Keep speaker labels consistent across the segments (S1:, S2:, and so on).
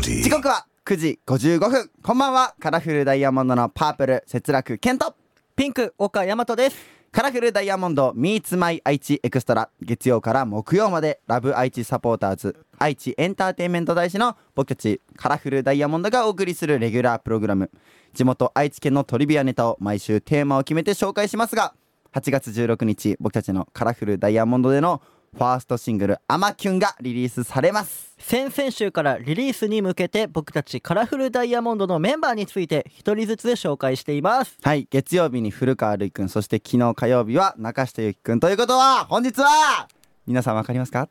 S1: 時
S2: 時刻は9時55分こんばんはカラフルダイヤモンドのパープル節楽健と
S3: ピンク岡大和です。
S2: カラフルダイヤモンド Meets My 愛知エクストラ月曜から木曜までラブ愛知サポーターズ愛知エンターテインメント大使の僕たちカラフルダイヤモンドがお送りするレギュラープログラム地元愛知県のトリビアネタを毎週テーマを決めて紹介しますが8月16日僕たちのカラフルダイヤモンドでのファーストシングル「アマキュン」がリリースされます
S3: 先々週からリリースに向けて僕たちカラフルダイヤモンドのメンバーについて一人ずつ紹介しています。
S2: はい月曜日に古川瑠衣くんそして昨日火曜日は中下ゆきくんということは本日は皆さんわかりますか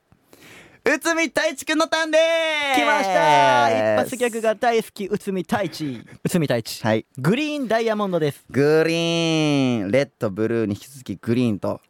S2: 内海太一くんのターンでーす
S3: 来ました一発ギャグが大好き内海太一内海太一、
S2: はい
S3: グリーンダイヤモンドです
S2: グリーンレッドブルーに引き続きグリーンと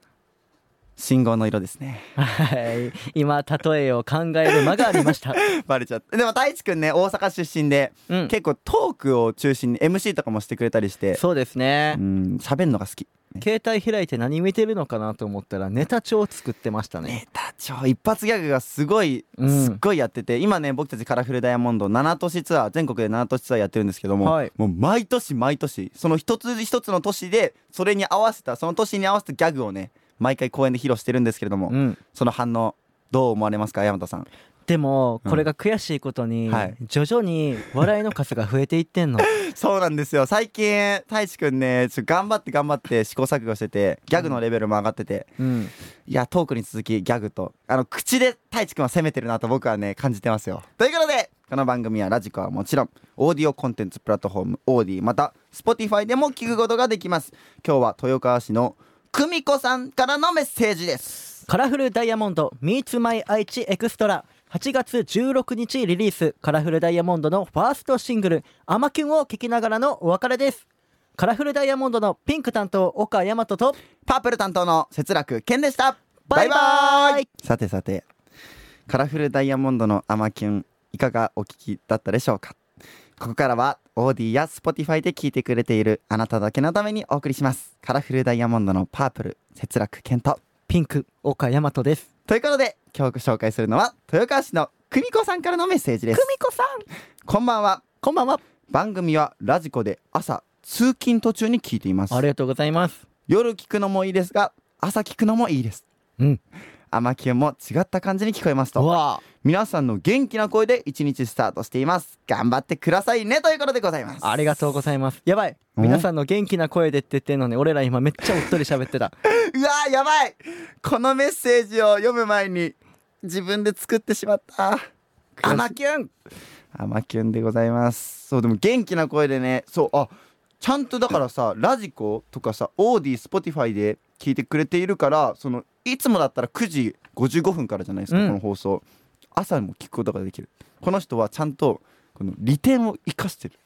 S2: 信号の色ですね
S3: はい今例えを考える間がありました
S2: バレちゃったでも太一くんね大阪出身で、
S3: うん
S2: 結構トークを中心に MC とかもしてくれたりして
S3: そうですね、
S2: うん喋るのが好き
S3: 携帯開いて何見てるのかなと思ったらネタ帳を作ってましたね
S2: ネタ帳一発ギャグがすごい、
S3: うん
S2: すっごいやってて今ね僕たちカラフルダイヤモンド7都市ツアー全国で7都市ツアーやってるんですけども、
S3: はい
S2: もう毎年毎年その一つ一つの都市でそれに合わせたその都市に合わせたギャグをね毎回公演で披露してるんですけれども、
S3: うん
S2: その反応どう思われますか山田さん
S3: でも
S2: うん
S3: これが悔しいことに、
S2: はい
S3: 徐々に笑いの数が増えていって んの
S2: そうなんですよ最近太一くんねちょっと頑張って頑張って試行錯誤しててギャグのレベルも上がってて、
S3: うん
S2: いやトークに続きギャグとあの口で太一くんは攻めてるなと僕はね感じてますよということでこの番組はラジコはもちろんオーディオコンテンツプラットフォームオーディまた Spotify でも聞くことができます今日は豊川市の久美子さんからのメッセージです
S3: カラフルダイヤモンド Meets My 愛知エクストラ8月16日リリースカラフルダイヤモンドのファーストシングル「アマキュン」を聴きながらのお別れですカラフルダイヤモンドのピンク担当岡大和と
S2: パープル担当の節楽健でした
S3: バイバーイ
S2: さてさてカラフルダイヤモンドのアマキュンいかがお聞きだったでしょうかここからはオーディや Spotify で聞いてくれているあなただけのためにお送りしますカラフルダイヤモンドのパープル節楽健と
S3: ピンク岡大和です
S2: ということで今日紹介するのは豊川市の久美子さんからのメッセージです
S3: 久美子さん
S2: こんばんは
S3: こんばんは
S2: 番組はラジコで朝通勤途中に聞いています
S3: ありがとうございます
S2: 夜聞くのもいいですが朝聞くのもいいです
S3: うん
S2: アマキュンも違った感じに聞こえますと
S3: わ
S2: 皆さんの元気な声で一日スタートしています頑張ってくださいねということでございます
S3: ありがとうございますやばい
S2: うん
S3: 皆さんの元気な声でって言ってんのに俺ら今めっちゃおっとり喋ってた
S2: うわーやばいこのメッセージを読む前に自分で作ってしまった
S3: ア
S2: ア
S3: マ
S2: マ
S3: キュン
S2: アマキュンでございますそうでも元気な声でねそうあちゃんとだから さラジコとかさオーディスポティファイで聞いてくれているからそのいつもだったら9時55分からじゃないですか、
S3: うん
S2: この放送朝にも聞くことができるこの人はちゃんとこの利点を生かしてる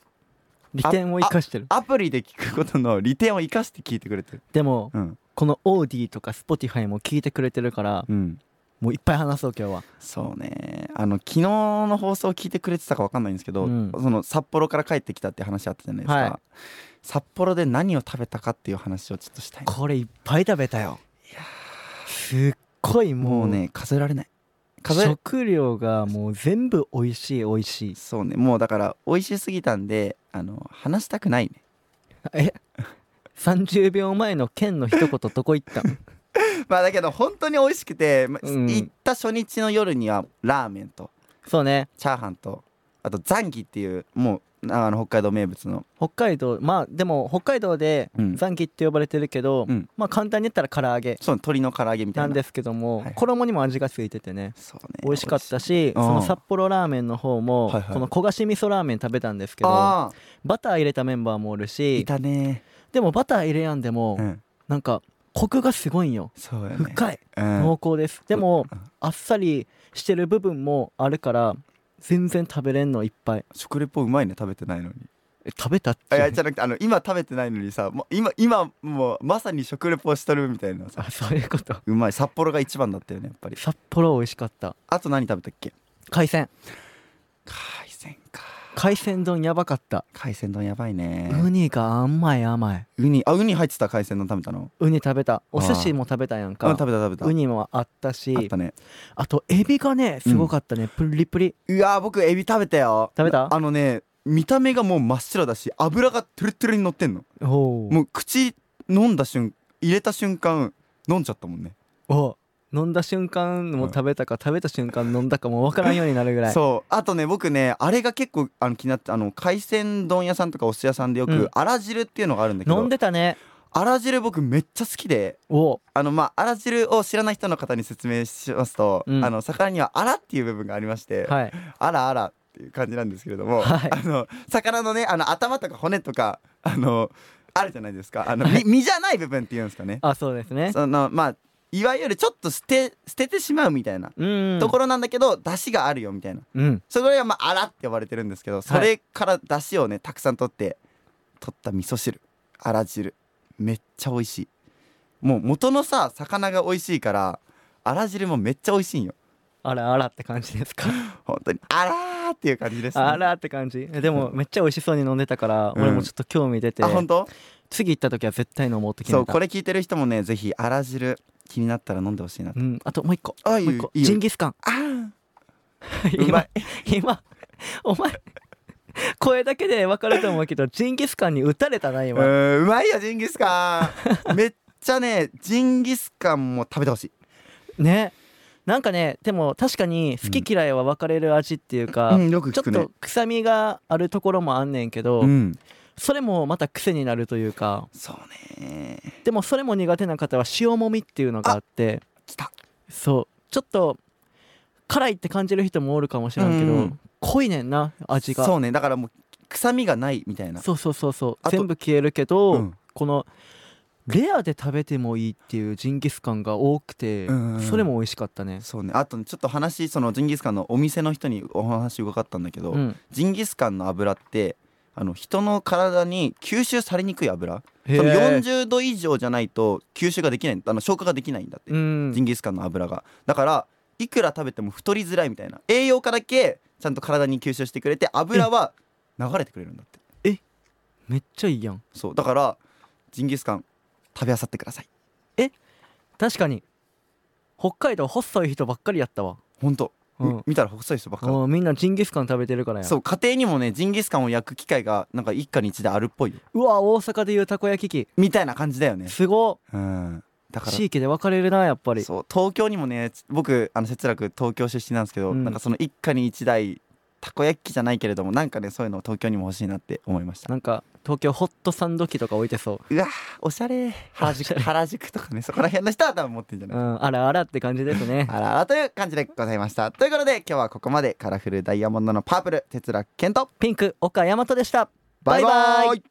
S3: 利点を生かしてる
S2: アプリで聞くことの利点を生かして聞いてくれてる
S3: でも
S2: うん
S3: このオーディとかスポティファイも聞いてくれてるから
S2: うん
S3: もういっぱい話そう今日は
S2: そうねあの昨日の放送聞いてくれてたかわかんないんですけど、
S3: うん
S2: その札幌から帰ってきたって話あったじゃないですか、
S3: は
S2: 札幌で何を食べたかっていう話をちょっとしたい
S3: これいっぱい食べたよすっごいも
S2: も
S3: う
S2: うね数えられない数え
S3: 食料がもう全部美味しい美味しい
S2: そうねもうだから美味しすぎたんであの話したくないね
S3: え30秒前の剣の一言どこ行 った
S2: まあだけど本当に美味しくて、ま
S3: うん
S2: 行った初日の夜にはラーメンと
S3: そうね
S2: チャーハンとあとザンギっていうもうあの北海道名物の
S3: 北海道まあでも北海道で
S2: うん
S3: ザンギって呼ばれてるけど、
S2: うん
S3: まあ簡単に言ったら唐揚げ
S2: その鶏の唐揚げみたい
S3: な
S2: なん
S3: ですけども、
S2: はい
S3: 衣にも味がついててね
S2: そうね
S3: 美味しかったし
S2: 美味しい
S3: その札幌ラーメンの方も、
S2: はいはい
S3: この焦がし味噌ラーメン食べたんですけど
S2: ああ
S3: バター入れたメンバーもおる
S2: い
S3: した
S2: ね
S3: でもバター入れやんでも、
S2: うん
S3: なんかコクがすごいんよ
S2: そうよね
S3: 深い
S2: うん
S3: 濃厚ですでも
S2: うん
S3: あっさりしてる部分もあるから全然食べれんのいっぱい
S2: 食レポうまいね食べてないのに
S3: え食べたっ
S2: あいや
S3: て
S2: じゃなくてあの今食べてないのにさもう今今もうまさに食レポしとるみたいなさ
S3: あそういうこと
S2: うまい札幌が一番だったよねやっぱり
S3: 札幌美味しかった
S2: あと何食べたっけ
S3: 海鮮
S2: 海鮮か
S3: 海鮮丼やばかった、
S2: 海鮮丼やばいね
S3: ウニが甘い甘い
S2: ウニあウニ入ってた海鮮丼食べたの
S3: ウニ食べたお寿
S2: あ
S3: 司
S2: ー
S3: も食べたやん
S2: うん
S3: か
S2: 食べた食べた
S3: ウニもあったし
S2: あったね
S3: あとエビがねすごかったね、プリプリ
S2: うわー僕エビ食べたよ
S3: 食べた
S2: あのね見た目がもう真っ白だし脂がトゥルトゥルに乗ってんの
S3: お
S2: もう口飲んだ瞬入れた瞬間飲んじゃったもんね
S3: お飲んだ瞬間も食べたか、食べた瞬間飲んだかも分からんようになるぐらい
S2: そうあとね僕ねあれが結構あの気になってあの海鮮丼屋さんとかお寿司屋さんでよ
S3: うん
S2: くあら汁っていうのがあるんだけど、
S3: 飲んでたね
S2: あら汁僕めっちゃ好きで
S3: お
S2: あのまああら汁を知らない人の方に説明しますと、
S3: うん
S2: あの魚にはあらっていう部分がありまして、
S3: はい
S2: あらあらっていう感じなんですけれども、
S3: はい
S2: あの魚のねあの頭とか骨とかあのあるじゃないですかあの身身じゃない部分っていうんですかね
S3: あそうですね
S2: そのまあいわゆるちょっと捨て捨ててしまうみたいな
S3: うん
S2: ところなんだけど、出汁があるよみたいな
S3: うん
S2: それがまああらって呼ばれてるんですけどそれから出汁をねたくさん取って取った味噌汁あら汁めっちゃ美味しいもう元のさ魚が美味しいからあら汁もめっちゃ美味しいんよ
S3: あらあらって感じで すか
S2: 本当にあらーっていう感じです、ね、
S3: あらって感じでもめっちゃ美味しそうに飲んでたから、
S2: うん
S3: 俺もちょっと興味出て
S2: あ本当
S3: 次行った時は絶対飲もうって決
S2: そ
S3: め
S2: う
S3: た
S2: これ聞いてる人もねぜひあら汁気になったら飲んでほしいなと
S3: うん、あともう一個
S2: あいい
S3: もう一
S2: よ
S3: 個
S2: いいよ
S3: ジンギスカン
S2: あーうま
S3: 今
S2: い
S3: 今お前声だけで分かると思うけどジンギスカンに打たれたな
S2: う
S3: 今
S2: ーんうまいよジンギスカ ンめっちゃねジンギスカンも食べてほしい
S3: ねなんかねでも確かに好き嫌いは分かれる味っていうか、
S2: うんよく
S3: ちょ
S2: 聞く
S3: っ
S2: ね
S3: と臭みがあるところもあんねんけど、
S2: うん
S3: それもまた癖になるというか
S2: そうね
S3: でもそれも苦手な方は塩もみっていうのがあって
S2: きた
S3: そうちょっと辛いって感じる人もおるかもしれん
S2: う
S3: けど、
S2: んうん
S3: 濃いねんな味が
S2: そうねだからもう臭みがないみたいな
S3: そうそうそうそう
S2: あと
S3: 全部消えるけど、
S2: うん
S3: このレアで食べてもいいっていうジンギスカンが多くて、
S2: うんうんうん
S3: それも美味しかったね
S2: そうねあとねちょっと話そのジンギスカンのお店の人にお話伺ったんだけど、
S3: うん
S2: ジンギスカンの油ってあの人の体に吸収されにくい油
S3: へ
S2: その
S3: ー
S2: 40度以上じゃないと吸収ができないあの消化ができないんだって、
S3: うん
S2: ジンギスカンの油がだからいくら食べても太りづらいみたいな栄養価だけちゃんと体に吸収してくれて油は流れてくれるんだって
S3: めっちゃいいやん
S2: そうだからジンギスカン食べあさってください
S3: 確かに北海道細い人ばっかりやったわ、
S2: ほんと、
S3: う
S2: み
S3: ん
S2: 見たら細い人ばっかり
S3: うんみんなジンギスカン食べてるからや
S2: そう家庭にもねジンギスカンを焼く機会がなんか一家に一台あるっぽいよ
S3: うわ大阪でいうたこ焼き
S2: みたいな感じだよね
S3: 器すご
S2: うんだから
S3: 地域で分かれるなやっぱり
S2: そう東京にもね僕あの節楽東京出身なんですけど、
S3: うん
S2: なんかその一家に一台たこ焼き器じゃないけれどもなんかねそういうの東京にも欲しいなって思いました
S3: なんか東京ホットサンド機とか置いてそう
S2: うわーおしゃれ
S3: 原
S2: 原
S3: 宿
S2: 宿原宿とかねそこら辺の人は多分持ってんじゃ
S3: う
S2: ない、
S3: んあらあらって感じですね
S2: あらあらという感じでございましたということで今日はここまでカラフルダイヤモンドのパープル哲楽健と
S3: ピンク岡大和でした
S2: バイバ
S3: バイバ
S2: バイ
S3: ー
S2: バ
S3: イ
S2: ーイ